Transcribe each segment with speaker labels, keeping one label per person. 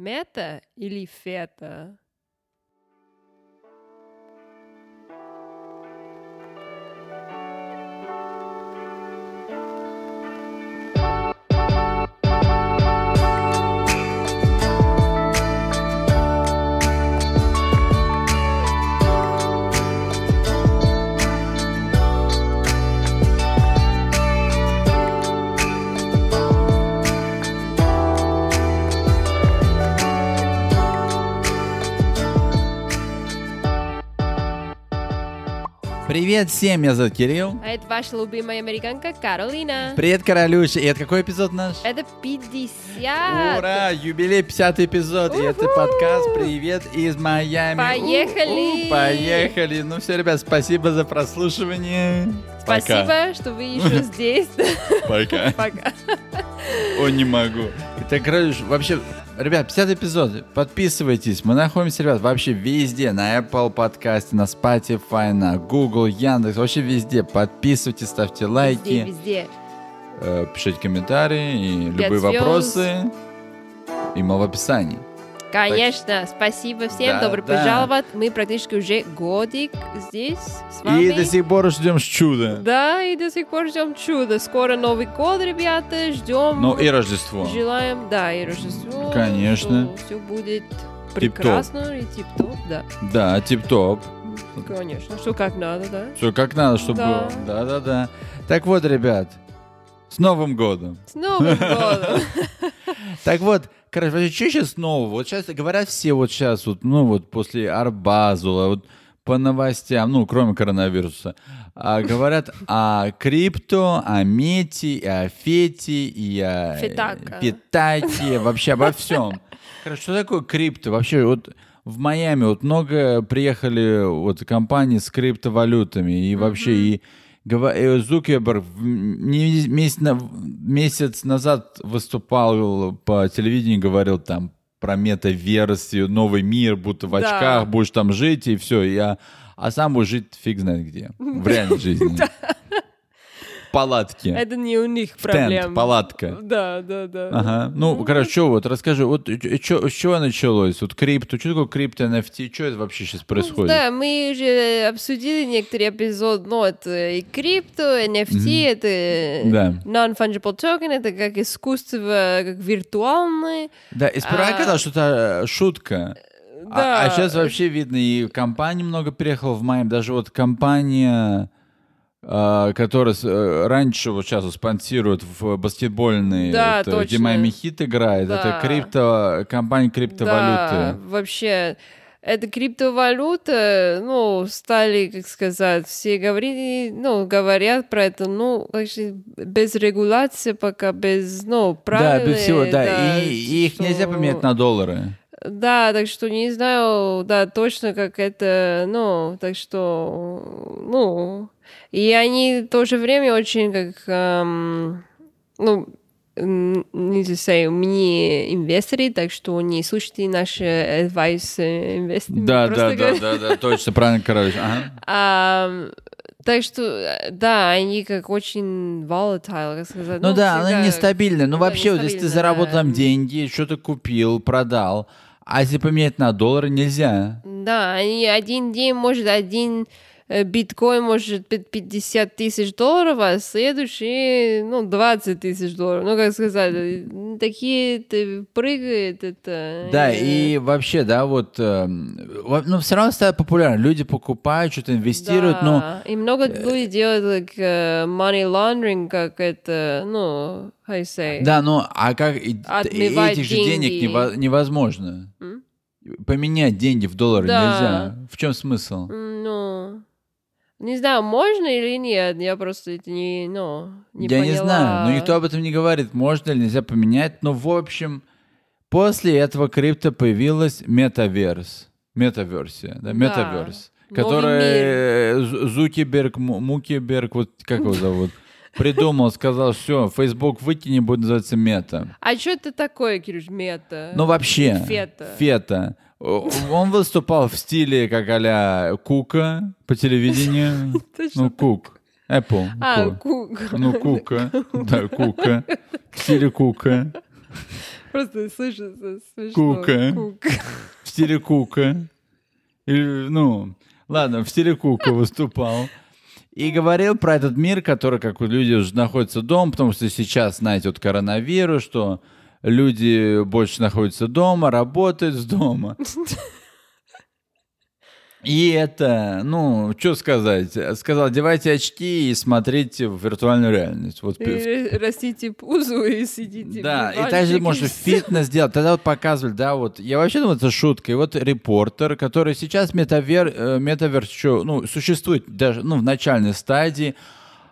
Speaker 1: Мета или фета?
Speaker 2: Привет всем, меня зовут Кирилл.
Speaker 1: А это ваша любимая американка Каролина.
Speaker 2: Привет, королюша. И это какой эпизод наш?
Speaker 1: Это 50.
Speaker 2: Ура, юбилей, 50 эпизод. И это
Speaker 1: Уху.
Speaker 2: подкаст «Привет из Майами».
Speaker 1: Поехали.
Speaker 2: У-у, Поехали. Ну все, ребят, спасибо за прослушивание.
Speaker 1: Спасибо, что вы еще здесь.
Speaker 2: Пока. Пока.
Speaker 1: Пока.
Speaker 2: О, не могу. Это, королюш, вообще... Ребят, 50 эпизод. Подписывайтесь. Мы находимся, ребят, вообще везде. На Apple подкасте, на Spotify, на Google, Яндекс. Вообще везде. Подписывайтесь, ставьте лайки.
Speaker 1: Везде, везде.
Speaker 2: Э, пишите комментарии и
Speaker 1: Пять
Speaker 2: любые
Speaker 1: звезд.
Speaker 2: вопросы. И мы в описании.
Speaker 1: Конечно, спасибо всем,
Speaker 2: Да,
Speaker 1: добро
Speaker 2: да.
Speaker 1: пожаловать. Мы практически уже годик здесь с вами.
Speaker 2: И до сих пор ждем чуда.
Speaker 1: Да, и до сих пор ждем чуда. Скоро Новый год, ребята, ждем.
Speaker 2: Ну и Рождество.
Speaker 1: Желаем, да, и Рождество.
Speaker 2: Конечно.
Speaker 1: все будет
Speaker 2: Тип-топ.
Speaker 1: прекрасно и тип-топ, да.
Speaker 2: Да, тип-топ.
Speaker 1: Конечно, что как надо, да.
Speaker 2: Все как надо, чтобы
Speaker 1: Да.
Speaker 2: было. Да-да-да. Так вот, ребят, с Новым годом.
Speaker 1: С Новым годом!
Speaker 2: Так вот, короче, вообще, что сейчас нового? Вот сейчас говорят все вот сейчас, вот, ну вот после Арбазула, вот по новостям, ну, кроме коронавируса, а, говорят о крипто, о мете, и о фете, и о э,
Speaker 1: Фетака.
Speaker 2: пятаке, вообще обо всем. Короче, что такое крипто? Вообще, вот в Майами вот много приехали вот компаний с криптовалютами, и вообще, и гова- э, Зукерберг в- м- не- месяц, на- месяц назад выступал по телевидению, говорил там про метаверсию, новый мир, будто в
Speaker 1: Да.
Speaker 2: очках будешь там жить, и все, я... А сам будешь жить фиг знает где, в реальной жизни. В палатке,
Speaker 1: Это не у них
Speaker 2: в тент,
Speaker 1: проблема.
Speaker 2: палатка.
Speaker 1: Да, да, да.
Speaker 2: Ага. Ну, короче, что вот, расскажи, вот э, чё- с чего началось? Вот крипто, что такое крипто, NFT, что это вообще
Speaker 1: Ну,
Speaker 2: сейчас происходит?
Speaker 1: Да, мы уже обсудили некоторые эпизоды, но это и крипто, и NFT, это э,
Speaker 2: Да.
Speaker 1: non-fungible token, это как искусство, как виртуальное.
Speaker 2: Да, и сперва
Speaker 1: А-
Speaker 2: казалось, что это э, шутка.
Speaker 1: Да.
Speaker 2: А, сейчас вообще видно, и компаний много переехало в Майами. Даже вот компания, э, которая с- э, раньше вот сейчас вот спонсирует в баскетбольные,
Speaker 1: Да,
Speaker 2: это, где
Speaker 1: точно.
Speaker 2: Майами Хит играет,
Speaker 1: Да.
Speaker 2: это крипто, компания
Speaker 1: Да,
Speaker 2: криптовалюты.
Speaker 1: вообще. Это криптовалюта, ну, стали, как сказать, все говорили, ну, говорят про это, ну, конечно, без регуляции пока, без, ну, правил.
Speaker 2: без всего, да. и, и их
Speaker 1: что-
Speaker 2: нельзя поменять на доллары.
Speaker 1: Да, так что не знаю, да, точно, как это, ну, так что, ну, и они в то же время очень, как, эм, ну, м, нельзя say, мне инвесторы, так что не слушайте наши advice э, инвесторы.
Speaker 2: Да,
Speaker 1: просто
Speaker 2: да, да,
Speaker 1: говорю.
Speaker 2: да, да, точно, правильно, короче. Ага.
Speaker 1: Ам, так что, э, да, они как очень volatile, как сказать.
Speaker 2: Ну да, она
Speaker 1: всегда-
Speaker 2: нестабильна. Ну
Speaker 1: да,
Speaker 2: вообще, вот если ты
Speaker 1: нестабильно,
Speaker 2: заработал там
Speaker 1: да.
Speaker 2: деньги, что-то купил, продал, а если поменять на доллары, нельзя.
Speaker 1: Да, они один день, может, один э, биткоин может пи- 50 тысяч долларов, а следующий, ну, 20 тысяч долларов. Ну, как сказать, э, такие ты прыгает это.
Speaker 2: Да,
Speaker 1: э,
Speaker 2: и вообще, да, вот, эм, во- ну, все равно стало популярно. Люди покупают, что-то инвестируют, ну, э, но
Speaker 1: да. И много людей делают как э, money laundering, как это, ну, how you say.
Speaker 2: да, но а как и- и
Speaker 1: Отмывать
Speaker 2: этих же денег
Speaker 1: деньги.
Speaker 2: нево- невозможно.
Speaker 1: М?
Speaker 2: Поменять деньги в доллары
Speaker 1: Да.
Speaker 2: нельзя. В чем смысл?
Speaker 1: М, Ну, не знаю, можно или нет, я просто это не, ну, не
Speaker 2: Я не знаю, ну, но
Speaker 1: поняла.
Speaker 2: никто об этом не говорит, можно или нельзя поменять. Но, в общем, после этого крипто появилась метаверс. Метаверсия,
Speaker 1: Да.
Speaker 2: да, метаверс.
Speaker 1: Новый
Speaker 2: Который
Speaker 1: мир.
Speaker 2: э, Зу- Зукерберг, Му- Мукерберг, вот как его зовут, придумал, сказал, все, Facebook выкини, будет называться мета.
Speaker 1: А что это такое, Кирюш, мета?
Speaker 2: Ну, вообще,
Speaker 1: Э, Фета.
Speaker 2: фета. О, Он выступал в стиле, как а Кука по телевидению.
Speaker 1: Ты что
Speaker 2: Ну, Кук. Apple.
Speaker 1: А,
Speaker 2: Кук.
Speaker 1: кук.
Speaker 2: Ну, кука. Да, кука. В стиле кука.
Speaker 1: Просто слышится смешно.
Speaker 2: Кука.
Speaker 1: Кука.
Speaker 2: в стиле Кука. Или, ну, ладно, в стиле Кука выступал. И говорил про этот мир, который, как вот люди уже находятся дома, потому что сейчас, знаете, вот коронавирус, что люди больше находятся дома, работают с дома. И это, ну, что сказать? Сказал, одевайте очки и смотрите в виртуальную реальность. Вот пи- в
Speaker 1: И Растите пузу и сидите. в
Speaker 2: да, и также
Speaker 1: диванчике.
Speaker 2: можно фитнес делать. Тогда вот показывали, да, вот. Я вообще думал, это шутка. И вот репортер, который сейчас метавер, э, метаверс еще, ну, существует даже, ну, в начальной стадии.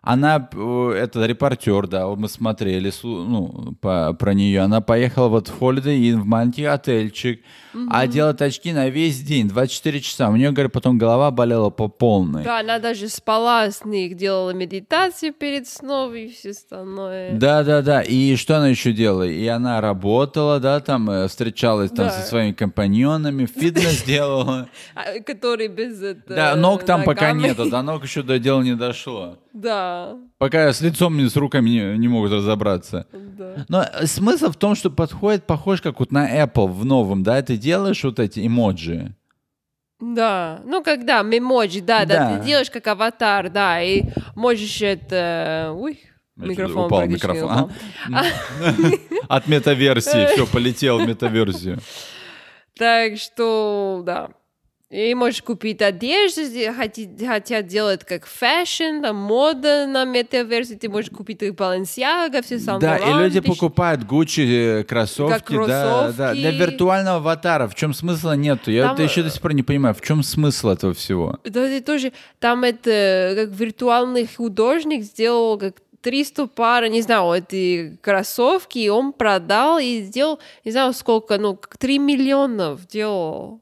Speaker 2: Она, э, это репортер, да, вот мы смотрели, слу- ну, по- про нее. Она поехала вот в Holiday Inn, в маленький отельчик, а делает очки на весь день, 24 часа. У нее, говорю, потом голова болела по полной.
Speaker 1: Да, она даже спала с них, делала медитацию перед сном и все остальное.
Speaker 2: Да, да, да. И что она еще делала? И она работала, да, там э, встречалась там
Speaker 1: Да.
Speaker 2: со своими компаньонами, фитнес делала.
Speaker 1: А, Который без этого...
Speaker 2: Да, ног там пока
Speaker 1: ногами.
Speaker 2: нету, до ног еще до дела не дошло.
Speaker 1: Да,
Speaker 2: Пока с лицом и с руками не, не могут разобраться.
Speaker 1: да.
Speaker 2: Но э, смысл в том, что подходит, похож как вот на Apple в новом, да, ты делаешь вот эти эмоджи.
Speaker 1: Да, ну когда мемоджи, да, да,
Speaker 2: Да.
Speaker 1: ты делаешь как аватар, да, и можешь это... э, Уй,
Speaker 2: Это
Speaker 1: микрофон
Speaker 2: упал
Speaker 1: практически
Speaker 2: микрофон. а?
Speaker 1: упал.
Speaker 2: От метаверсии, все, полетел в метаверсию.
Speaker 1: Так что, да. И можешь купить одежду, зде- хоти- хотят делать как фэшн, там мода на метаверсии, ты можешь купить и Balenciaga, все самое.
Speaker 2: Да, и люди покупают Гуччи э, кроссовки,
Speaker 1: Да,
Speaker 2: да, да,
Speaker 1: кроссовки.
Speaker 2: для виртуального аватара. В чем смысла нету? Я
Speaker 1: Там,
Speaker 2: это еще
Speaker 1: э,
Speaker 2: до сих пор не понимаю, в чем смысл этого всего?
Speaker 1: Да, ты тоже, там это, как виртуальный художник сделал как 300 пар, не знаю, эти кроссовки, и он продал и сделал, не знаю сколько, ну, как 3 миллионов делал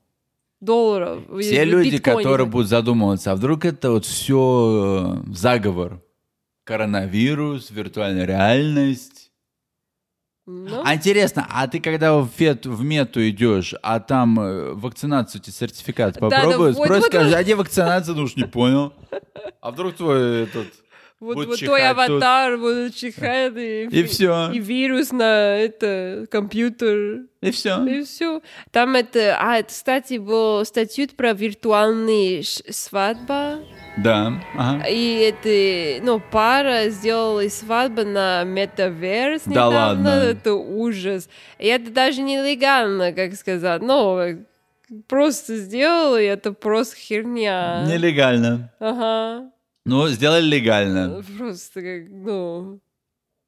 Speaker 1: долларов. в-
Speaker 2: Все
Speaker 1: в
Speaker 2: люди,
Speaker 1: биткоине.
Speaker 2: которые будут задумываться, а вдруг это вот все заговор? Коронавирус, виртуальная реальность.
Speaker 1: Ну,
Speaker 2: А интересно, а ты когда в, фет, в мету идешь, а там э, вакцинацию тебе сертификат
Speaker 1: Да, да,
Speaker 2: попробуют,
Speaker 1: вот,
Speaker 2: спросят,
Speaker 1: вот,
Speaker 2: скажешь, а где вакцинация? Ну уж не понял. А вдруг твой этот...
Speaker 1: Вот,
Speaker 2: будут
Speaker 1: вот твой
Speaker 2: чихать тут.
Speaker 1: аватар будут чихать, и,
Speaker 2: И
Speaker 1: ви-
Speaker 2: все,
Speaker 1: и вирус на это, компьютер,
Speaker 2: и все.
Speaker 1: и все. Там это, а, это, кстати, был статью про виртуальные ш- свадьба,
Speaker 2: Да, ага.
Speaker 1: и это, ну, пара сделала свадьбу на метаверс
Speaker 2: Да
Speaker 1: недавно,
Speaker 2: ладно.
Speaker 1: это ужас. И это даже нелегально, как сказать, ну, просто сделала, и это просто херня.
Speaker 2: Нелегально.
Speaker 1: Ага.
Speaker 2: Ну, сделали легально.
Speaker 1: Просто как, ну...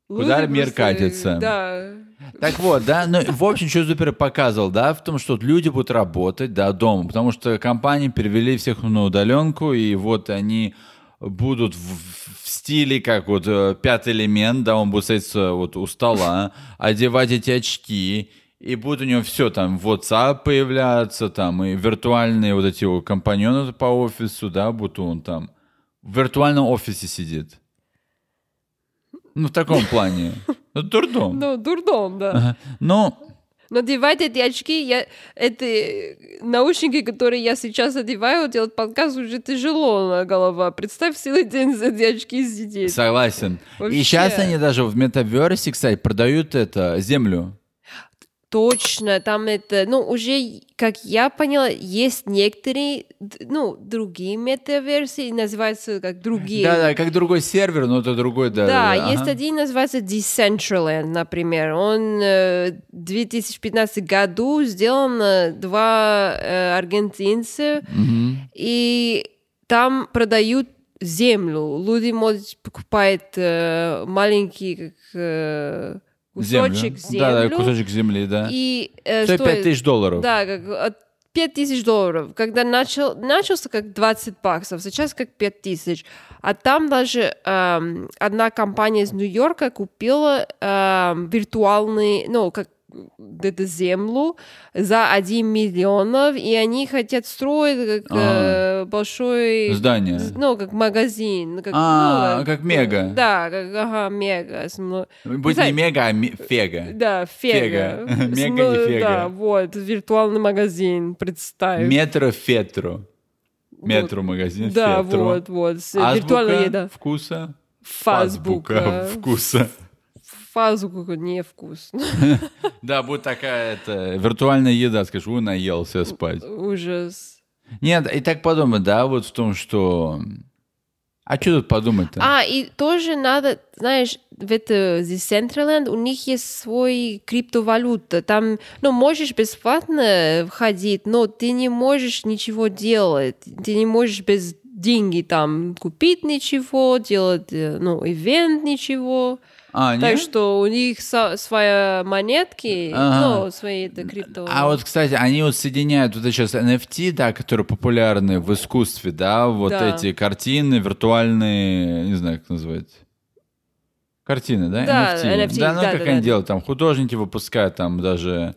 Speaker 2: Куда
Speaker 1: люди
Speaker 2: мир
Speaker 1: просто,
Speaker 2: катится?
Speaker 1: Да.
Speaker 2: Так вот, да, ну, в общем, что Зупер показывал, да, в том, что вот люди будут работать, да, дома, потому что компании перевели всех на удаленку, и вот они будут в, в стиле, как вот э, пятый элемент, да, он будет садиться э, вот у стола, одевать эти очки, и будет у него все там, WhatsApp появляться, там, и виртуальные вот эти его компаньоны по офису, да, будто он там в виртуальном офисе сидит. Ну, в таком плане. Ну, дурдом.
Speaker 1: Ну, дурдом, да.
Speaker 2: Ага. Ну,
Speaker 1: Но одевать эти очки, я, эти э, наушники, которые я сейчас одеваю, делать подкаст уже тяжело на голова. Представь, целый день за эти очки сидеть.
Speaker 2: согласен.
Speaker 1: Вообще.
Speaker 2: И сейчас они даже в метаверсе, кстати, продают это землю.
Speaker 1: Точно, там это, ну, уже, как я поняла, есть некоторые, д- ну, другие метаверсии, называются как другие.
Speaker 2: Да, да, как другой сервер, но это другой, да.
Speaker 1: Да,
Speaker 2: да,
Speaker 1: есть
Speaker 2: ага.
Speaker 1: один, называется Decentraland, например. Он э, в 2015 году сделан э, два э, аргентинца,
Speaker 2: Мгм.
Speaker 1: и там продают землю. Люди, может, покупают э, маленький как, э, кусочек землю,
Speaker 2: Да, да, кусочек земли, да.
Speaker 1: и э,
Speaker 2: Стоит
Speaker 1: стоит-
Speaker 2: 5 тысяч долларов.
Speaker 1: да, как от 5 тысяч долларов. Когда начал, начался как 20 баксов, сейчас как 5 тысяч. А там даже эм, одна компания из Нью-Йорка купила эм, виртуальный, ну, как эту землю за 1 миллионов, и они хотят строить как
Speaker 2: А.
Speaker 1: э, большой...
Speaker 2: Здание.
Speaker 1: з- Ну, как магазин. Как,
Speaker 2: А,
Speaker 1: ну,
Speaker 2: как мега.
Speaker 1: Да, как, ага, мега. с мно-
Speaker 2: Будет не
Speaker 1: знаете-
Speaker 2: мега, а ме- фега.
Speaker 1: да, Фега.
Speaker 2: Фега. Мега и
Speaker 1: Ну,
Speaker 2: Фега.
Speaker 1: Да, вот, виртуальный магазин, представь.
Speaker 2: Метро фетро.
Speaker 1: Вот.
Speaker 2: Метро магазин
Speaker 1: Да,
Speaker 2: фетро.
Speaker 1: вот, вот. с-
Speaker 2: Азбука
Speaker 1: Виртуальная еда.
Speaker 2: вкуса.
Speaker 1: Фазбука.
Speaker 2: Азбука вкуса.
Speaker 1: фазу какую-то невкусно.
Speaker 2: Да, будет такая это, виртуальная еда, скажешь, вы наелся спать.
Speaker 1: Ужас.
Speaker 2: Нет, и так подумай, да, вот в том, что... А что тут подумать-то?
Speaker 1: А, и тоже надо, знаешь, в это Decentraland у них есть свой криптовалюта. Там, ну, можешь бесплатно входить, но ты не можешь ничего делать. Ты не можешь без деньги там купить ничего, делать, э, ну, ивент ничего.
Speaker 2: А,
Speaker 1: Так
Speaker 2: нет?
Speaker 1: что у них со- своя монетки,
Speaker 2: Ага.
Speaker 1: ну, свои это, крипто.
Speaker 2: А вот, кстати, они вот соединяют вот сейчас NFT, да, которые популярны в искусстве, да, вот
Speaker 1: Да.
Speaker 2: эти картины, виртуальные, не знаю, как называется. Картины, да?
Speaker 1: Да, NFT,
Speaker 2: Да, ну
Speaker 1: да,
Speaker 2: как
Speaker 1: да,
Speaker 2: они
Speaker 1: да.
Speaker 2: делают, там художники выпускают, там даже...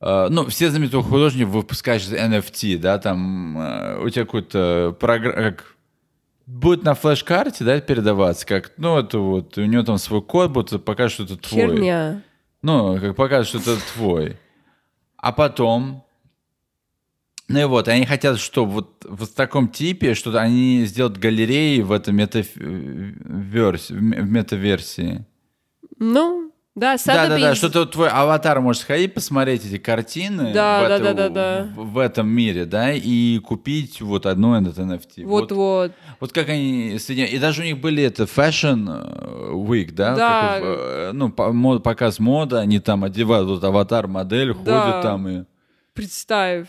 Speaker 2: э, ну, все знаменитые художники выпускают сейчас NFT, да, там э, у тебя какой-то программ... Будет на флеш-карте, да, передаваться, как, ну, это вот, у него там свой код, будет пока что это твой.
Speaker 1: Херня.
Speaker 2: Ну, как покажет, что это твой. А потом... Ну и вот, они хотят, что вот в таком типе, что они сделают галереи в этом метаф- верс- в ме- в метаверсии.
Speaker 1: Ну, да,
Speaker 2: Да, да, да,
Speaker 1: Sotheby's.
Speaker 2: что ты вот твой аватар может сходить, посмотреть эти картины
Speaker 1: Да,
Speaker 2: в,
Speaker 1: да,
Speaker 2: этой-
Speaker 1: да, да, да.
Speaker 2: в- в этом мире, да, и купить вот одну этот NFT.
Speaker 1: Вот-вот.
Speaker 2: Вот как они соединяют. И даже у них были это Fashion э, Week, да?
Speaker 1: Да.
Speaker 2: Такой, э, ну, по- мо- показ мода, они там одевают вот аватар, модель,
Speaker 1: Да.
Speaker 2: ходят там и...
Speaker 1: Представь.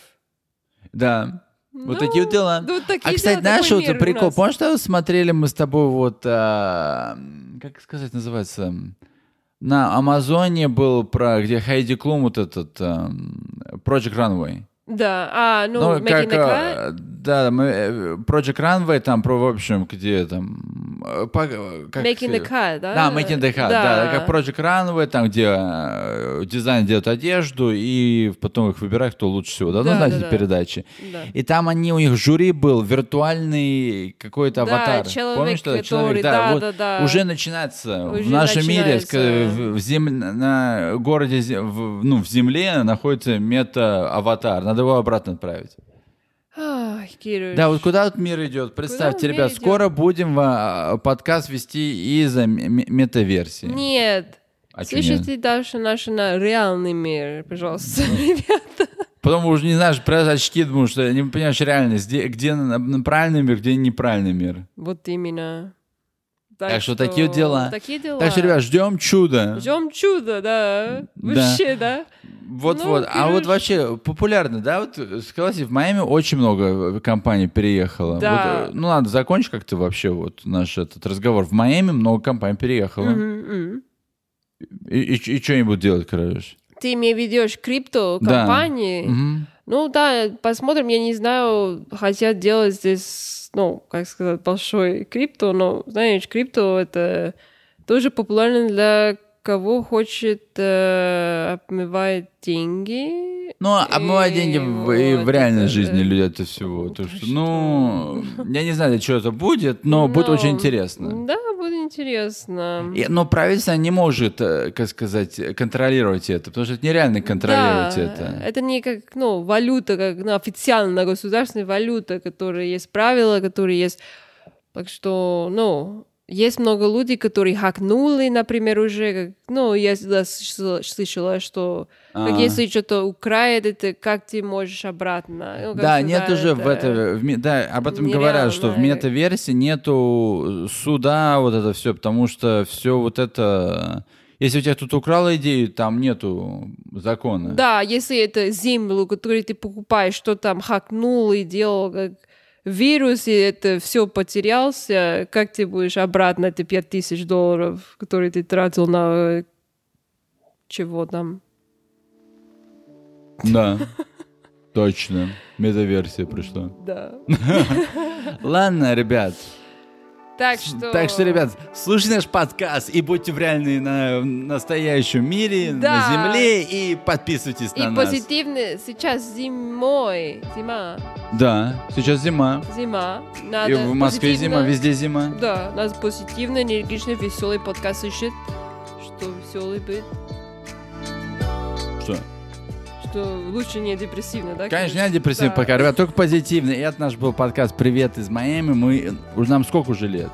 Speaker 2: Да.
Speaker 1: Ну,
Speaker 2: Вот такие вот дела.
Speaker 1: да вот такие
Speaker 2: а, кстати,
Speaker 1: дела,
Speaker 2: знаешь,
Speaker 1: такой
Speaker 2: вот
Speaker 1: мир у
Speaker 2: прикол,
Speaker 1: нас.
Speaker 2: помнишь, что смотрели мы с тобой вот, а, как сказать, называется, на Амазоне был про, где Хайди Клум вот этот, а, Project Runway.
Speaker 1: Да, а, ну,
Speaker 2: Ну,
Speaker 1: Making
Speaker 2: как,
Speaker 1: the Cut?
Speaker 2: э, да, мы, э, Project Runway там, про, в общем, где там... э, по- э, как,
Speaker 1: Making the
Speaker 2: э,
Speaker 1: Cut, да?
Speaker 2: Да, Making the Cut, да. как Project Runway, там, где э, дизайн делают одежду, и потом их выбирают, кто лучше всего, да? ну,
Speaker 1: Да,
Speaker 2: знаете,
Speaker 1: да, да.
Speaker 2: передачи.
Speaker 1: Да.
Speaker 2: И там они, у них жюри был виртуальный какой-то
Speaker 1: Да,
Speaker 2: аватар.
Speaker 1: человек,
Speaker 2: Помнишь, что
Speaker 1: который- да,
Speaker 2: вот
Speaker 1: да, да.
Speaker 2: Уже начинается
Speaker 1: Уже
Speaker 2: в нашем мире,
Speaker 1: начинается.
Speaker 2: ск- в, в зем- на городе, зе- в- ну, в земле находится мета-аватар. Надо его обратно отправить.
Speaker 1: Ах, Кирюш.
Speaker 2: Да, вот куда вот мир идет? Представьте,
Speaker 1: он мир
Speaker 2: ребят,
Speaker 1: идет?
Speaker 2: скоро будем а, подкаст вести из а, ме- ме- метаверсии.
Speaker 1: Нет.
Speaker 2: А чё нет?
Speaker 1: Слушайте дальше наш на реальный мир, пожалуйста, ребята.
Speaker 2: Потом уже не знаешь, про очки, потому что не понимаешь реальность, где, где на- на правильный мир, где неправильный мир.
Speaker 1: Вот именно.
Speaker 2: Так что такие вот дела.
Speaker 1: Такие дела.
Speaker 2: Так что, ребят, ждем чуда.
Speaker 1: Ждем чудо, да.
Speaker 2: Да.
Speaker 1: Вообще, да.
Speaker 2: Вот,
Speaker 1: Ну,
Speaker 2: вот. А вот
Speaker 1: короче.
Speaker 2: вообще популярно, да? Вот согласись, в Майами очень много э, компаний переехало.
Speaker 1: Да.
Speaker 2: Вот, э, ну ладно, закончи как-то вообще вот наш этот разговор. В Майами много компаний переехало.
Speaker 1: Мгм, мгм.
Speaker 2: И, и, что они будут делать, короче?
Speaker 1: Ты мне ведешь крипто компании.
Speaker 2: Мгм.
Speaker 1: Ну да, посмотрим, я не знаю, хотят делать здесь, ну, как сказать, большой крипто, но, знаешь, крипто это тоже популярно для кого хочет э, обмывать деньги.
Speaker 2: Ну, обмывать
Speaker 1: И
Speaker 2: деньги в, и в
Speaker 1: вот
Speaker 2: реальной
Speaker 1: это,
Speaker 2: жизни
Speaker 1: да.
Speaker 2: людей это всего. То,
Speaker 1: Ну,
Speaker 2: что,
Speaker 1: что?
Speaker 2: ну, я не знаю, что это будет, но, будет
Speaker 1: Но-
Speaker 2: очень интересно.
Speaker 1: Да, будет интересно.
Speaker 2: И- но правительство не может, э, как сказать, контролировать это, потому что это нереально контролировать
Speaker 1: Да,
Speaker 2: это.
Speaker 1: Это не как, ну, валюта, как ну, официально государственная валюта, которые есть правила, которые есть. Так что, ну, есть много людей, которые хакнули, например, уже, как, ну, я всегда слышала, слышала, что как
Speaker 2: А.
Speaker 1: если что-то украет, это как ты можешь обратно? Ну, как
Speaker 2: Да,
Speaker 1: сказать,
Speaker 2: нет уже в
Speaker 1: э,
Speaker 2: это, в ми- да, об этом говорят, что в
Speaker 1: нереально.
Speaker 2: метаверсии нету суда, вот это все, потому что все вот это, если у тебя кто-то украл идею, там нету закона.
Speaker 1: Да, если это землю, которую ты покупаешь, что там хакнул и делал как вирус, и это все потерялся, как ты будешь обратно эти пять тысяч долларов, которые ты тратил на э, чего там?
Speaker 2: Да. Точно. Метаверсия пришла.
Speaker 1: Да.
Speaker 2: Ладно, ребят.
Speaker 1: Так что...
Speaker 2: Так что, ребят, слушайте наш подкаст и будьте в реальной на в настоящем мире,
Speaker 1: Да.
Speaker 2: на земле и подписывайтесь
Speaker 1: И
Speaker 2: на нас.
Speaker 1: позитивно, сейчас зимой, зима,
Speaker 2: Да, сейчас зима.
Speaker 1: зима, надо
Speaker 2: и в Москве
Speaker 1: позитивно-
Speaker 2: зима, везде зима.
Speaker 1: Да, у нас позитивно, энергично, веселый подкаст ищет, что веселый быть,
Speaker 2: Что?
Speaker 1: что лучше не депрессивно, да?
Speaker 2: Конечно, не депрессивно
Speaker 1: Да.
Speaker 2: пока, ребят, а только позитивно. И это наш был подкаст «Привет из Майами». Мы, уж нам сколько уже лет?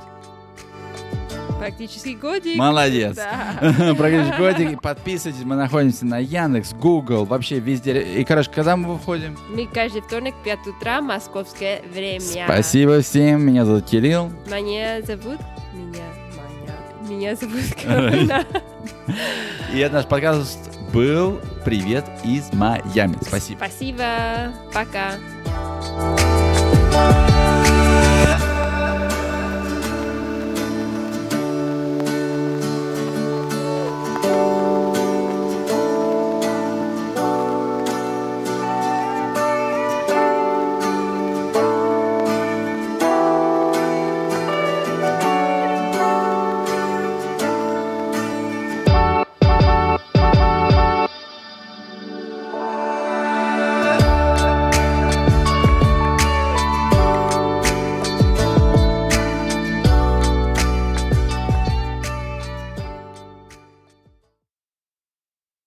Speaker 1: Пока практически годик.
Speaker 2: Молодец.
Speaker 1: Да.
Speaker 2: Практически годик. Подписывайтесь, мы находимся на Яндекс, Google, вообще везде. И, короче, когда мы выходим?
Speaker 1: Мы каждый вторник в 5 утра московское время.
Speaker 2: Спасибо всем, меня зовут Кирилл.
Speaker 1: Меня зовут... Меня... Маня. Меня зовут Карина.
Speaker 2: И это наш подкаст был «Привет из Майами». Спасибо.
Speaker 1: Спасибо. Пока.
Speaker 2: Спасибо.